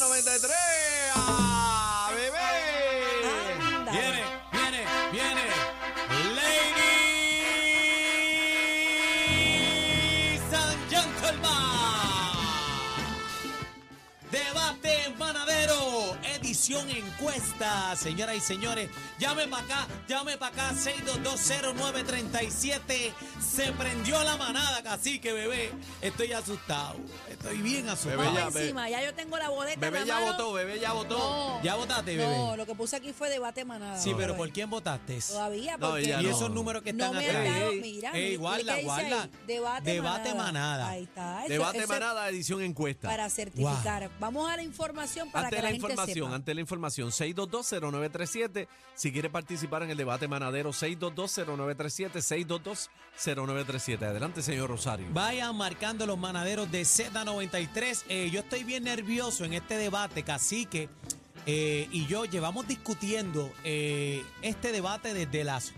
93. ¡Ah, bebé! Anda. Viene, viene, viene. Ladies and gentlemen. Debate Manadero, edición encuesta. Señoras y señores, llame para acá, llame para acá, 6220937. Se prendió la manada, cacique, bebé. Estoy asustado, estoy bien asustado. Bebé, Vamos ya, encima, ya yo tengo la boleta. Bebé en ya la mano. votó, bebé ya votó. No. ¿Ya votaste, bebé? No, lo que puse aquí fue debate manada. sí, pero Bebé. ¿por quién votaste? Todavía, No, porque ya Y no. esos números que no están me atrás. han dado, Ey, mira, ey, mire, guarda, ¿qué dice guarda. ahí? Debate, Debate manada. Ahí está. eso- Debate eso- manada, edición encuesta. Para certificar. Vamos a la información para ante que la la, gente información, sepa. ante la información, 6220937. Si quieres participar en el debate manadero, 6220937, 6220937. Adelante, señor Rosario. Vayan marcando los manaderos de Z93. Eh, yo estoy bien nervioso en este debate, cacique. eh, y yo llevamos discutiendo eh, este debate desde las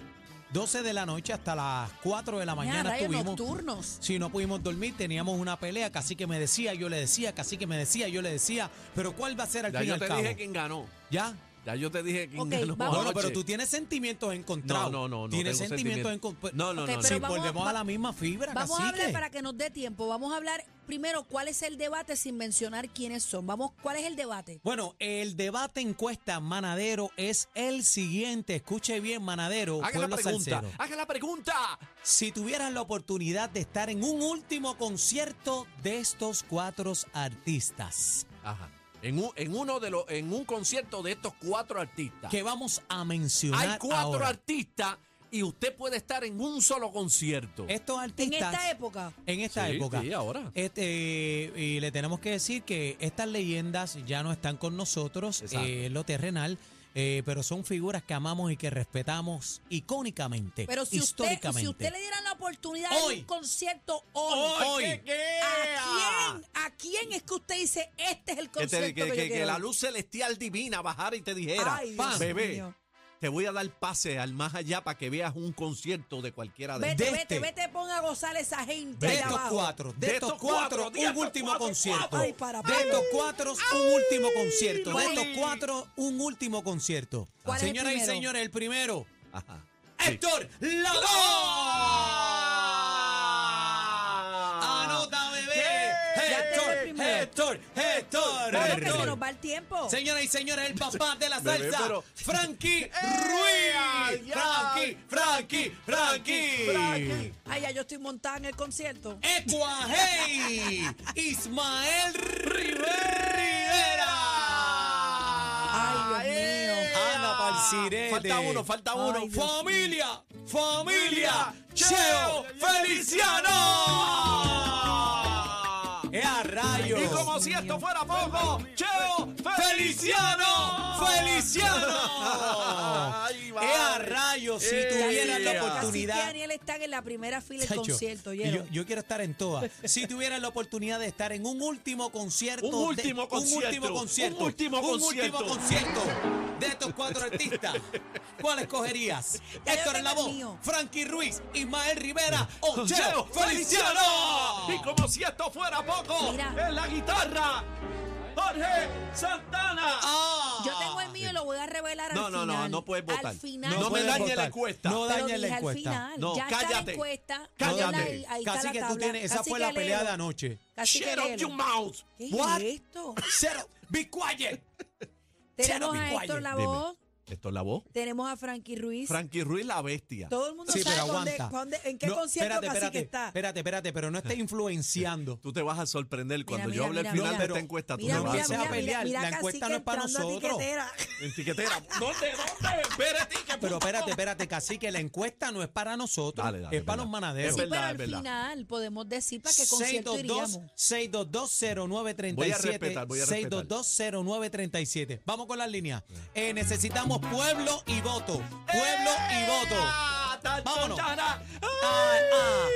12 de la noche hasta las 4 de la Mira, mañana. rayos estuvimos- nocturnos. Si no pudimos dormir, teníamos una pelea. Cacique me decía, yo le decía, Cacique me decía, yo le decía. Pero ¿cuál va a ser al Ya final? yo te dije quién ganó. ¿Ya? Ya yo te dije quién Ok, ganó. vamos. No, no, anoche. pero tú tienes sentimientos encontrados. No, no, no, no Tienes tengo sentimientos sentimiento. encontrados. No, no, Ok, no, no. pero Sí, vamos- volvemos a va- la misma fibra, Vamos a hablar cacique. para que nos dé tiempo. Vamos a hablar primero cuál es el debate sin mencionar quiénes son. Vamos, ¿cuál es el debate? Bueno, el debate encuesta Manadero es el siguiente. Escuche bien, Manadero, Haga la pueblo pregunta. salsero. Haga la pregunta. Si tuvieras la oportunidad de estar en un último concierto de estos cuatro artistas Ajá. En un, en uno de los, en un concierto de estos cuatro artistas. que vamos a mencionar Hay cuatro ahora. artistas y usted puede estar en un solo concierto. Estos En artistas esta época. en esta Sí, época. sí, ahora. Este, y le tenemos que decir que estas leyendas ya no están con nosotros Exacto. eh, en lo terrenal, eh, pero son figuras que amamos y que respetamos icónicamente, Pero si usted, eh, históricamente. si usted le diera la oportunidad Hoy. de un concierto hoy, Hoy. ¿Qué, qué? ¿a quién? ¿A quién es que usted dice este es el Que, concierto te- que- que, yo que- que quiero"? la luz celestial divina bajara y te dijera, Ay, Dios "Pam, bebé, mío. te voy a dar pase al más allá para que veas un concierto de cualquiera de Vete, de vete, este. vete, ponga a gozar a esa gente De allá estos abajo. cuatro, de, De estos estos cuatro, cuatro, de un estos último cuatro, concierto. cuatro. Ay, para, de para. estos cuatro, un último concierto. De Ay. estos cuatro, un último concierto. ¿Cuál es el Señoras y primero? señores, el primero, Ajá. Héctor Lavoe. Anota, bebé. Yeah. Ah. Ya te Héctor, vi primero. Héctor, Héctor, Vamos, que se Héctor. nos va el tiempo. Señoras y señores, el papá de la Bebé, salsa, pero- Frankie ¡Eh! Ruiz. Ya. Frankie, Frankie, Frankie. Frankie. Ay, ya yo estoy montada en el concierto. Ecuajei, Ismael Rivera. Ay, Dios mío. Ana Palcirete. Falta uno, falta uno. Ay, Dios familia, familia, Cheo Feliciano. ¡Es a rayo! Y como si esto fuera poco, Cheo ¡Feliciano! ¡Feliciano! Ay, va. ¡Es a rayo! Si Ey, tuvieran ya. la Así que oportunidad. Daniel está en la primera fila del Chacho, concierto, y ¿oyeron? yo, yo quiero estar en todas. Si tuviera la oportunidad de estar en un último concierto. Un de- último concierto, Un último un concierto. último un último concierto. concierto de estos cuatro artistas. ¿Cuál escogerías? Ya yo Héctor tengo el Lavoe, mío. Frankie Ruiz, Ismael Rivera o Cheo Cheo Feliciano. Y como si esto fuera poco, Mira. en la guitarra, Jorge Santana. Ah. Yo tengo el mío y lo voy a revelar No, al no, final. no, no puedes votar. Al final. No me puedes dañes la votar. encuesta. No Pero dañes la dije al encuesta. final. No, ya está cállate. la encuesta. Cállate. Ahí, está- ahí Casi está que la tú tabla. tienes, esa Casi fue que la pelea léelo. de anoche. Casi que Shut up, léelo. your mouth. ¿Qué What? es esto? Cero, be quiet. Tenemos be a Héctor quiet. Lavoe, Esto es la voz. tenemos a Frankie Ruiz. Frankie Ruiz, la bestia. Todo el mundo Sí, sabe pero dónde- aguanta. dónde- en qué No, concierto espérate, casi espérate, que está. Espérate, espérate, pero no estés influenciando. Tú te vas a sorprender cuando Mira, yo mira, hable al mira, final mira. de esta encuesta. Tú Mira, te vas mira, a mira, sorprender. pelear. La encuesta no es para cacique entrando a nosotros. tiquetera. En tiquetera. ¿Dónde, dónde? Espérate, que Eh, Pero espérate, espérate, cacique, la encuesta no es para nosotros, Dale, dale, es verdad. para los Es manaderos. Sí, verdad, pero al verdad. final podemos decir para qué concierto iríamos. 622 6220937 Voy a respetar, voy a respetar. 6220937 Vamos con las líneas. Eh, necesitamos pueblo y voto. Pueblo y voto. Vámonos. Ah, ah.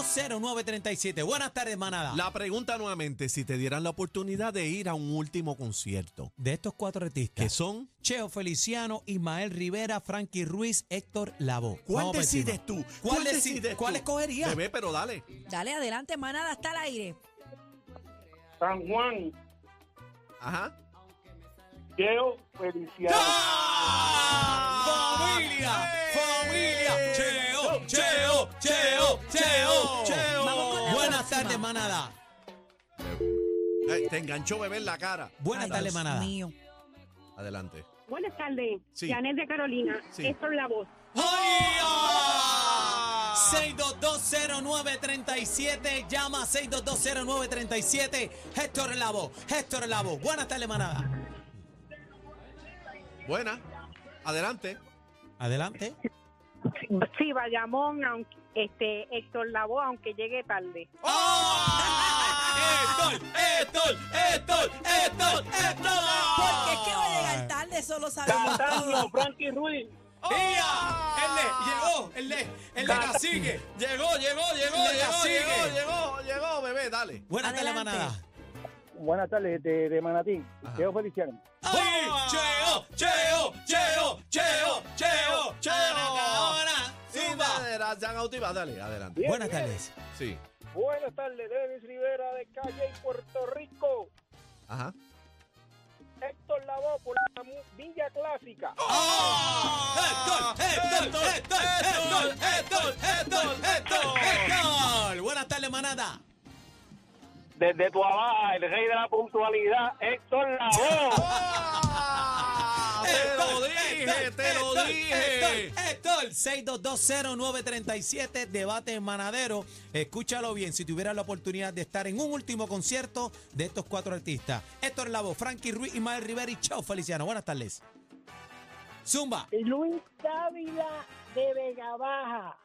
6220937. Buenas tardes, manada. La pregunta nuevamente, si te dieran la oportunidad de ir a un último concierto, De estos cuatro que artistas, son... Cheo Feliciano, Ismael Rivera, Frankie Ruiz, Héctor Lavoe. ¿Cuál Vamos pa' encima. decides tú? ¿Cuál, deci- ¿Cuál tú? escogerías? Bebé, pero dale. Dale, adelante, manada, hasta el aire. San Juan, Ajá. Cheo Feliciano. ¡Ah! ¡Familia! ¡Familia! ¡Cheo! ¡Cheo! ¡Cheo! ¡Cheo! Vamos con la ¡Cheo! Buenas próxima. tardes, manada. Eh, te enganchó bebé en la cara. Buenas Ay, tardes, Dios manada. mío. Adelante. Buenas tardes, Sí. Janet de Carolina. Sí. Esto es la voz. ¡Ay! 6220937, llama 6220937, Héctor Lavo, Héctor Lavo. Buenas tardes, manada. Buena. Adelante. Adelante. Sí, Bayamón, aunque, este, Héctor Lavoe, aunque llegue tarde. ¡Ah! ¡Héctor! ¡Héctor! ¡Héctor! ¡Héctor! ¡Héctor! Porque es que va a llegar tarde, eso lo sabemos Cantando, todos. Frankie Ruiz. ¡Ah! ¡Ea! ¡El llegó! ¡El le, el le cacique! ¡Llegó, llegó, Llegó, llegó, cacique! llegó, llegó, llegó, bebé, dale. Buenas tardes, Adelante. manada. Buenas tardes, de, de Manatí. Ajá. Cheo Feliciano. ¡Ay! ¡Cheo! ¡Cheo! ¡Cheo! ¡Cheo! ¡Cheo! ¡Cheo! ¡Ahora! ¡Zumba! Zumba. Se han cautivado, dale, adelante. Bien, Buenas bien. tardes. Sí. Buenas tardes, Denis Rivera de Calle y Puerto Rico. Ajá. Héctor Lavoe por la mu- Villa Clásica. ¡Oh! ¡Héctor! ¡Héctor! ¡Héctor! ¡Héctor! ¡Héctor! ¡Héctor! ¡Héctor! ¡Héctor! Buenas tardes, manada. Desde tu abajo, el rey de la puntualidad, Héctor Lavoe. ¡Ah! Te lo Ah, dije, te lo dije. Héctor, 6220937, debate en Manadero. Escúchalo bien, si tuvieras la oportunidad de estar en un último concierto de estos cuatro artistas. Héctor Lavo, Frankie Ruiz, Ismael Rivera y Chao Feliciano. Buenas tardes. Zumba, Luis Dávila de Vega Baja.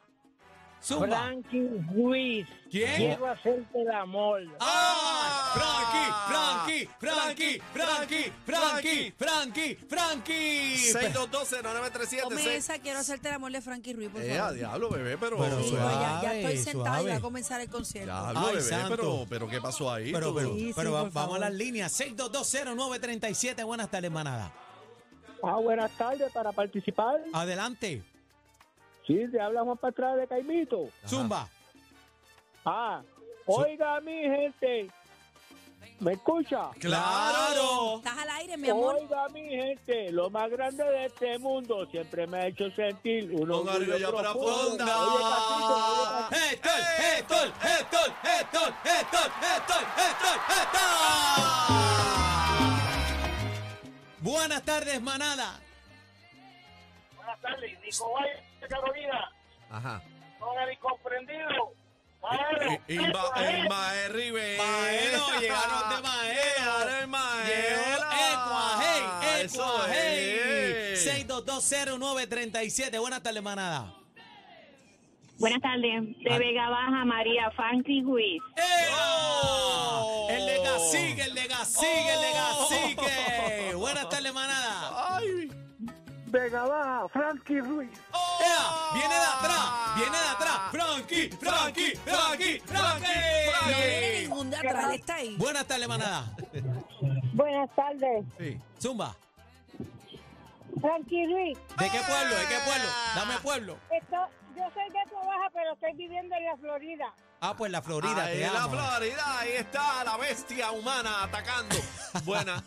zumba. Frankie Ruiz. ¿Quién? hacerte el amor. ¡Ah! Frankie, Frankie, Frankie, Frankie, Frankie, Frankie, Frankie. 6220937. Come seis- esa, quiero hacerte el amor de Frankie Ruiz, por Eh, a favor. diablo, bebé, pero. Pero Digo, Ya, ya, ya Suave, estoy sentada y va suave. a comenzar el concierto. diablo, Ay, bebé, santo. pero, pero ¿qué pasó ahí? Pero, Tú- pero, Sí, sí, pero por va- vamos a favor. las líneas. 6220937, buenas tardes, manada. Ah, buenas tardes para participar. Adelante, Sí, te hablamos para atrás de Caimito. Ajá. zumba. Ah, oiga mi gente. ¿Me escucha? ¡Claro! Estás al aire, mi amor. Oiga mi gente, lo más grande de este mundo siempre me ha hecho sentir un Con orgullo orgullo profundo. profunda. Oye, Cacique, oye, ¡Eh! Héctor, Héctor, Héctor, Héctor, Héctor, Héctor, Héctor, Héctor. Buenas tardes, manada. Buenas tardes, Nicolás de Carolina. Ajá. Con el incomprendido. I- Inba- Eh, el Mae Rivera. Maero, llegaron de Llegaron Maero. el Mae. Llegó Ecuajey, Eso Ecuajey. es. 6220937. Buenas tardes, manada. Buenas tardes, Ah. de Vega Baja, María Frankie Ruiz. ¡Ea! Oh. El de cacique, el de cacique, el de cacique. Oh. Buenas tardes, manada. Ay. Vega Baja, Frankie Ruiz. ¡Ea! Viene de atrás, viene de atrás. Frankie, Frankie, Frankie, No Frankie. viene ningún de atrás, él está ahí. Buenas tardes, manada. Buenas tardes, Sí. Zumba. Frankie Ruiz. ¿De qué pueblo? ¿De qué pueblo? Dame pueblo. yo soy de tu baja, pero estoy viviendo en la Florida. Ah, pues la Florida, Ahí te en la amo. Florida, ahí está la bestia humana atacando. Buena.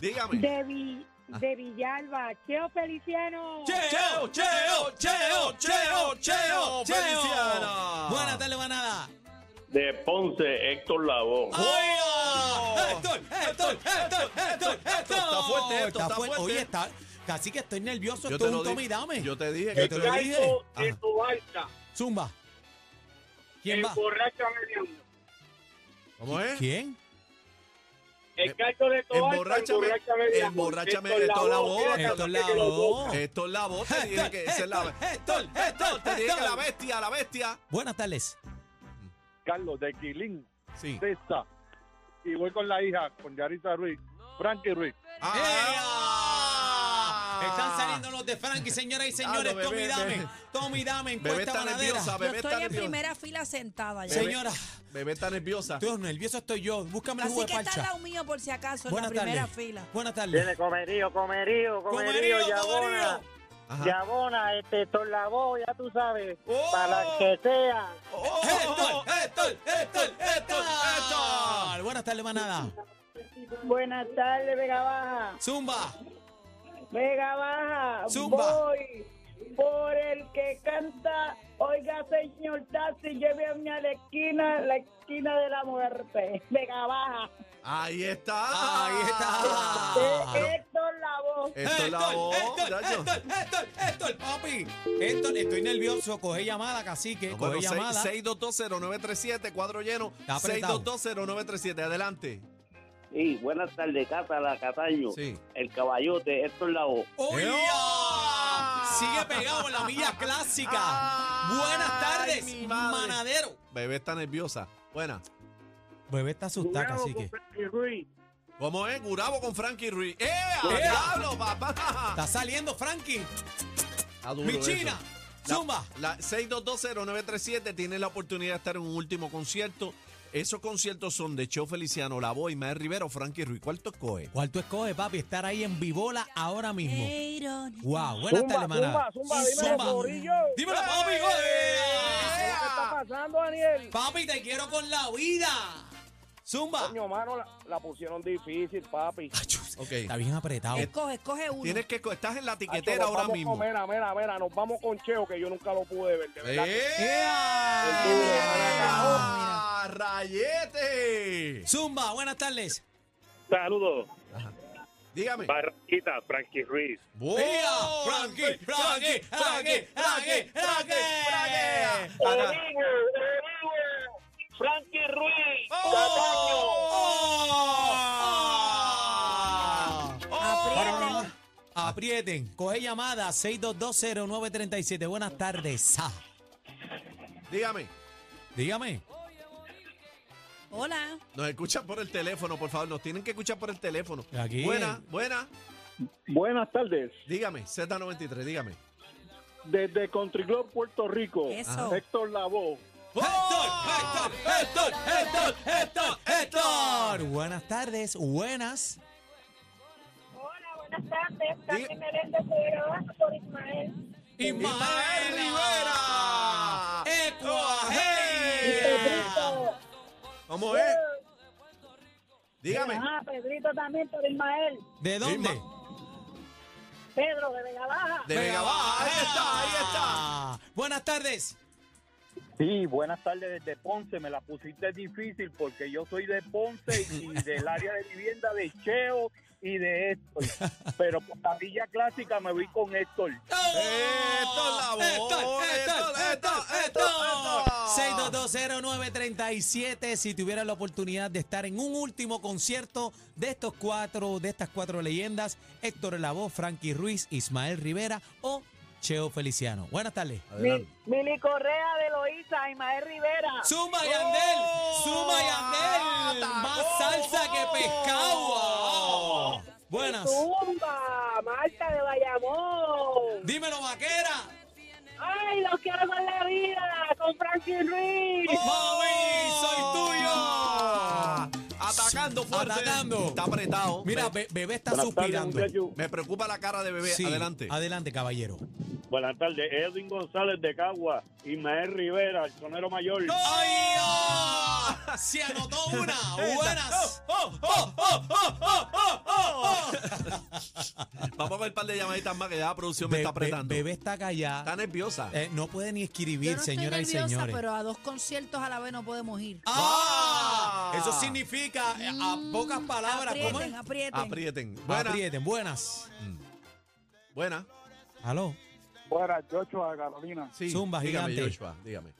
Dígame. De, de Villalba, Cheo Feliciano. Cheo, cheo, cheo, cheo, cheo, cheo. Feliciano. Buenas tardes, manada. De Ponce, Héctor Oh. Lavoe. Ah, ¡Oiga! Héctor, Héctor, Héctor, Héctor, Héctor. Está fuerte, Héctor, está fuerte. Oye, está, casi que estoy nervioso. Yo te Esto es lo un di- tome y dame. Yo te dije Yo que te tú- lo dije. de Ajá. tu alta. Zumba. ¿Quién el va? borracho mediando. ¿Cómo es? ¿Quién? Eh, El cacho de tu alta, Emborráchame- mediando. emborráchame Héctor de toda la Lavoe, boca. era Héctor cantante que Lavoe. los- Esto es la voz, te dije que esa es la Héctor, Héctor, Te dije que la Héctor. bestia, la bestia. Buenas tardes. Carlos de Quilín, Sí. Testa. Y voy con la hija, con Yarisa Ruiz, Frankie Ruiz. Ah. ¡Ea! Están saliendo los de Frankie, señoras y señores. Ah, no, Tommy bebé, Dame, bebé. Tommy Dame, Bebé encuesta está manadera. nerviosa, Yo bebé está estoy en nerviosa. primera fila sentada ya. Señora, Bebé está nerviosa. tú nervioso estoy yo. Búscame el Así jugo de que está al parcha. lado mío por si acaso, en la Buenas primera tardes. fila. Buenas tardes. Viene comerío, comerío, Comerío, comerío, Yabona. comerío. Ajá. Yabona, este, Torlabo, ya tú sabes. ¡Oh! Para que sea. ¡Oh! Héctor, Héctor, Héctor, Héctor, Héctor. Buenas tardes, manada. Buenas tardes, Vega Baja. Zumba. Vega Baja. Zumba. Voy por el que canta. Oiga, señor taxi, lléveme a la esquina, la esquina de la muerte. Vega Baja. Ahí está. Ahí está. Ah. Eh, Héctor Lavoe. Este Esto es la voz. Héctor, muchacho. Héctor, Héctor, Héctor, papi. Héctor, estoy nervioso. Coge llamada, cacique. No, coge bueno, 6- llamada. 6220937, cuadro lleno. Está apretado. 6220937, adelante. Sí, buenas tardes, Cátala, Cataño. Sí. El caballote, Héctor Lavoe. ¡Uy, ¡Ea! ya! Sigue pegado en la milla clásica. Ah, Ay, Buenas mi tardes, madre. manadero. Bebé está nerviosa. Buena. Bebé está asustada, cacique. ¿Cómo es? Gurabo con Frankie Ruiz. ¡Ea! ¡Ea! ¡Diablo, papá! Está saliendo Frankie. Está duro Mi eso. china. La- Zumba. La 6220937 tiene la oportunidad de estar en un último concierto. Esos conciertos son de Cho Feliciano, La Boy, Mael Rivero, Frankie Ruiz. ¿Cuál tú escoges? ¿Cuál tú escoges, papi? Estar ahí en Vivola ahora mismo. Eh. Iron. Wow, buenas Zumba, tardes, manada. zumba, zumba, dímelo, Zumba. corillo. Dímelo, papi. ¡Eh! ¿Qué ¡Ea! está pasando, Daniel? Papi, te quiero con la vida. Zumba. Coño, mano, la, la pusieron difícil, papi. Achus, Ok. Está bien apretado. Escoge, escoge uno. Tienes que esco- estás en la Hacho, tiquetera nos ahora vamos mismo. Con, mira, mira, mira, nos vamos con Cheo, que yo nunca lo pude ver, de verdad. que- ¡Eh! ¡Ea! El duro, ¡Ea! Ah, ¡Rayete! Zumba, buenas tardes. Saludos, Dígame. Barranquita, Frankie Ruiz. ¡Ea! Frankie, Frankie, Frankie, Frankie, Frankie. Ahora- Oribe, Oribe, Frankie Ruiz. ¡Oh! ¡Oh! Aprieten. Aprieten. Coge llamada 6220937. Buenas tardes. Ah, Dígame. Dígame. Hola. Nos escuchan por el teléfono, por favor. Nos tienen que escuchar por el teléfono. Aquí. Buena, buena. Buenas tardes. Dígame, Z93, dígame. Desde Country Club, Puerto Rico. Eso. Héctor Lavoe. Oh. Héctor, Héctor, Héctor, Héctor, Héctor, Héctor. Buenas tardes, buenas. Hola, buenas tardes. Carmen Diga- Meléndez Figueroa por Ismael. Ismael Rivera. Eh. Eh. Ecuajea. ¿Cómo es? Dígame. Ajá, Ah, Pedrito también por Ismael. ¿De dónde? Isma- Pedro de Vega Baja. De Vega Baja. Ahí está, ahí está. Buenas tardes. Sí, buenas tardes desde Ponce. Me la pusiste difícil porque yo soy de Ponce y del área de vivienda de Cheo y de Héctor. Pero por la villa clásica me voy con Héctor. Héctor, la voz. Héctor, Héctor, Héctor, Héctor. Héctor. 6220937. Si tuvieras la oportunidad de estar en un último concierto de estos cuatro, de estas cuatro leyendas, Héctor Lavoe, Frankie Ruiz, Ismael Rivera o Cheo Feliciano. Buenas tardes. Adelante. Mili Correa de Loíza, Ismael Rivera. Zumba Yandel, Zumba Oh, Yandel, ¡ah, ¡Atacó! más salsa que pescado. ¡Wow! Buenas. Zumba, Marta de Bayamón. Dímelo, vaquera. ¡Ay, los quiero con la vida! ¡Con Frankie Ruiz! Oh. ¡Mami, soy tuyo! Atacando fuerte. Atacando. Está apretado. Mira, Me- Be- Bebé está suspirando. me preocupa la cara de bebé. Sí, Adelante. Adelante, caballero. Buenas tardes, Edwin González de Cagua, Ismael Rivera, el sonero mayor. ¡Ay! ah! Se anotó una. Buenas. Oh, Vamos con el par de llamaditas más que ya la producción me Be- está be- apretando. bebé está Está callada. nerviosa. Eh, no puede ni Yo escribir, no señoras y estoy nerviosa, señores. pero a dos conciertos a la vez no podemos ir. ¡Ah! Eso significa, eh, a pocas palabras, ¿cómo es? Mm, Aprieten, aprieten. Aprieten. Buena. Aprieten, buenas. Buena. Aló. Fuera, Joshua de Carolina. Sí. Zumba, dígame, gigante. Joshua, dígame.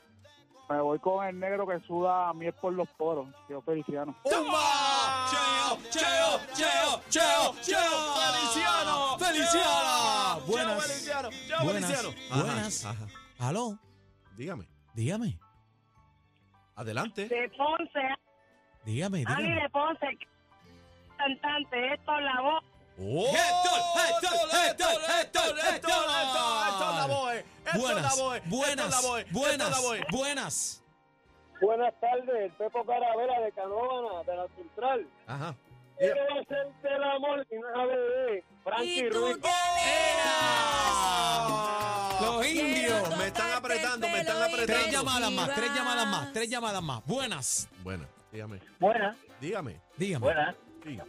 Me voy con el negro que suda miel por los poros. Yo feliciano. ¡Tumba! ¡Cheo, cheo, cheo, cheo, cheo! ¡Feliciano! ¡Feliciano! ¡Cheo, Buenas. Feliciano! ¡Cheo, Buenas. Feliciano! Ajá, Buenas. ajá. Aló. Dígame. Dígame. Adelante. De Ponce, Dígame, Ah, Ali dígame. de Ponce, cantante, esto la voz. ¡Oh! Héctor, Héctor, Héctor, Héctor, Héctor, Héctor, Héctor la voz. eh. Héctor la voz. Héctor la Buenas, buenas, voz. eh. Héctor la buenas, voz. buenas. Buenas tardes, el Pepo Carabela de Canóvana, de la Central. Ajá. Quiero hacerte el amor y una bebé. Y Frankie tú Ruiz. ¡Oh! Los indios. Quiero Me están tocarte apretando, el me están pelo y apretando. Tres llamadas más, tres llamadas más, vas. tres llamadas más. Buenas. Buena. Dígame. Buenas, Dígame. Dígame. buenas.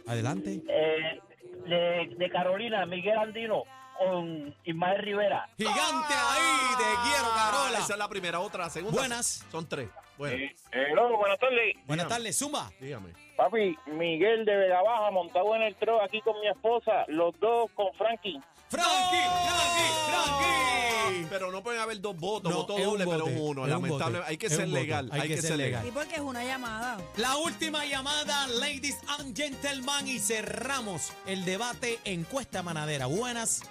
Adelante. Eh, de, de Carolina, Miguel Andino con Ismael Rivera. Gigante ahí, Ah. te quiero, Carola. Esa es la primera, otra, la segunda. Buenas. Son tres. Bueno, Hello, Eh, buenas tardes. Buenas dígame. tardes, Zumba. dígame. Papi, Miguel de Vega Baja, montado en el tro aquí con mi esposa, los dos con Frankie. Frankie, Frankie, Frankie. Pero no pueden haber dos votos, No, voto es un doble, pero bote, es uno. es un Lamentable. bote, Hay que es ser un bote, legal, hay que ser legal. Y porque es una llamada. La última llamada, ladies and gentlemen, y cerramos el debate encuesta manadera. Buenas.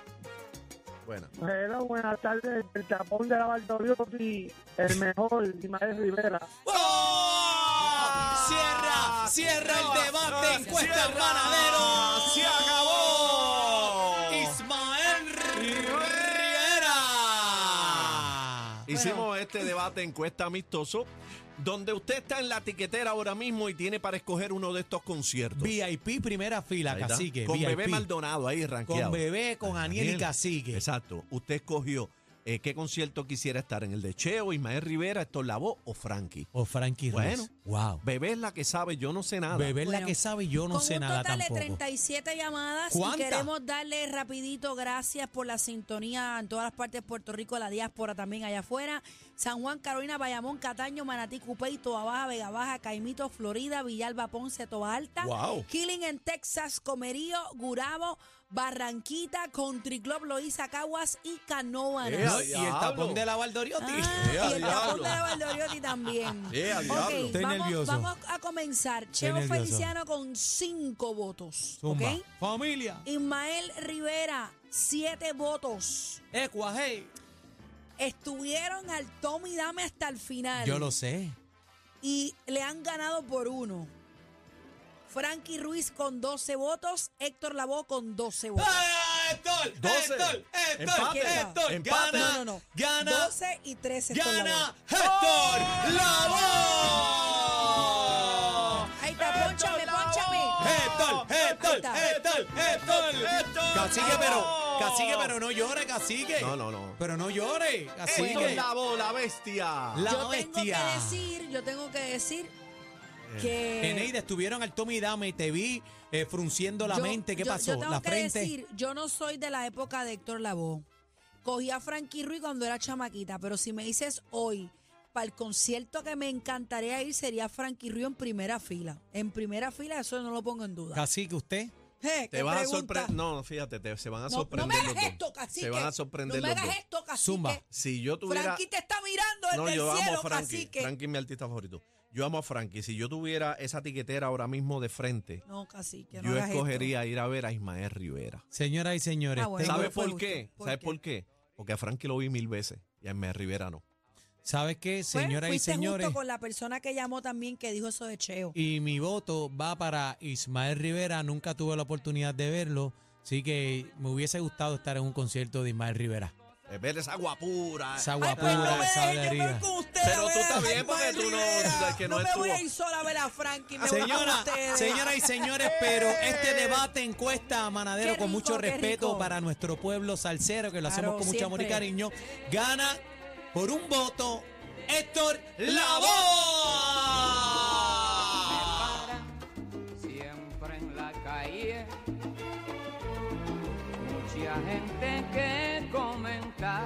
Buena. Hello, buenas tardes. El tapón de la Valdoriotti, el mejor, Ismael Rivera. ¡Oh! Cierra, cierra el debate encuesta Ah, Cierra. manadero. Se acabó. Ismael Rivera. Hicimos este debate encuesta amistoso, donde usted está en la tiquetera ahora mismo y tiene para escoger uno de estos conciertos. VIP primera fila, Ahí está. cacique. Con VIP. Bebé Maldonado ahí rankeado. Con bebé, con Aniel y cacique. Exacto. Usted escogió eh, qué concierto quisiera estar en el de Cheo, Ismael Rivera, Héctor Lavoe o Frankie. O Frankie Bueno. Ruiz. Wow. Bebé es la que sabe, yo no sé nada. Bebé es la Bueno, que sabe y yo no Con sé un nada total tampoco. de 37 llamadas ¿Cuánta? y queremos darle rapidito gracias por la sintonía en todas las partes de Puerto Rico, la diáspora también allá afuera. San Juan, Carolina, Bayamón, Cataño, Manatí, Cupey, Toa Baja, Vega Baja, Caimito, Florida, Villalba, Ponce, Toa Alta. Wow. Killing en Texas, Comerío, Gurabo, Barranquita, Country Club, Loíza, Caguas y Canoana. ¡Ea, No, y el diablo! tapón de la Valdoriotti. Ah, y el tapón diablo. de la Valdoriotti también. ¡Ea, Eh, Ok, diablo! Estoy vamos, nervioso. vamos a comenzar. Cheo nervioso. Feliciano con cinco votos. ¿ok? Zumba. Familia. Ismael Rivera, siete votos. Ecua, hey. Estuvieron al Tommy Dame hasta el final. Yo lo sé. Y le han ganado por uno. Frankie Ruiz con 12 votos, Héctor Lavoe con 12 votos. ¡Ah, Héctor! Doce. ¡Héctor! ¡Héctor! Empate. Ah, ¡Héctor! Empate. ¡Gana! no, no, no. ¡Gana! 12 y 13 Héctor ¡Gana! Lavoe. ¡Héctor! ¡Lavoe! Ahí está, ponchame, ponchame. ¡Héctor! Ahí ¡Héctor! está. ¡Héctor! ¡Héctor! Héctor Cacique, Lavoe. pero, cacique, pero no llore, cacique. No, no, no. Pero no llore, Héctor cacique. eh. Lavoe, la bestia. Eh, La yo tengo bestia. que decir, yo tengo que decir que Eneida, estuvieron al Tommy Dame y te vi eh, frunciendo la Yo- mente. ¿Qué yo- pasó? Yo tengo la que frente. decir, yo no soy de la época de Héctor Lavoe. Cogí a Frankie Ruiz cuando era chamaquita, pero si me dices hoy, para el concierto que me encantaría ir sería Frankie Ruiz en primera fila. En primera fila, eso no lo pongo en duda. Cacique, usted. Eh, ¿qué Te vas a pregunta? sorprender. No, fíjate, te, se van a No, no me sorprender. los hagas dos. esto, cacique. Se van a sorprender No me los hagas dos. esto, cacique. Zumba. Si yo tuviera. Frankie te está mirando desde no, yo el amo cielo, a Frankie. cacique. Frankie es mi artista favorito. Yo amo a Frankie. Si yo tuviera esa tiquetera ahora mismo de frente, No, cacique, no yo hagas esto. escogería ir a ver a Ismael Rivera. Señoras y señores, Ah, bueno. tengo- ¿Sabes fue por justo. qué? ¿Por ¿Sabes qué? por qué? Porque a Frankie lo vi mil veces y a Ismael Rivera no. ¿sabes qué, Pues, señoras y fuiste señores? justo con la persona que llamó también que dijo eso de Cheo. Y mi voto va para Ismael Rivera. Nunca tuve la oportunidad de verlo. Así que me hubiese gustado estar en un concierto de Ismael Rivera. Eh, Ver esa guapura. Esa Ay, pues no guapura, me esa dejes, yo hablaría. voy con ustedes. Pero a tú ver a también, porque Ismael tú no- Rivera. es que no, no me voy a estuvo. ir sola a ver a Frankie, me voy con Señora, ustedes. Eh. señoras y señores, pero este debate encuesta a Manadero Qué con mucho rico, qué respeto rico. para nuestro pueblo salsero, que lo hacemos Claro, con mucho amor y siempre. cariño, gana por un voto Héctor Lavoe.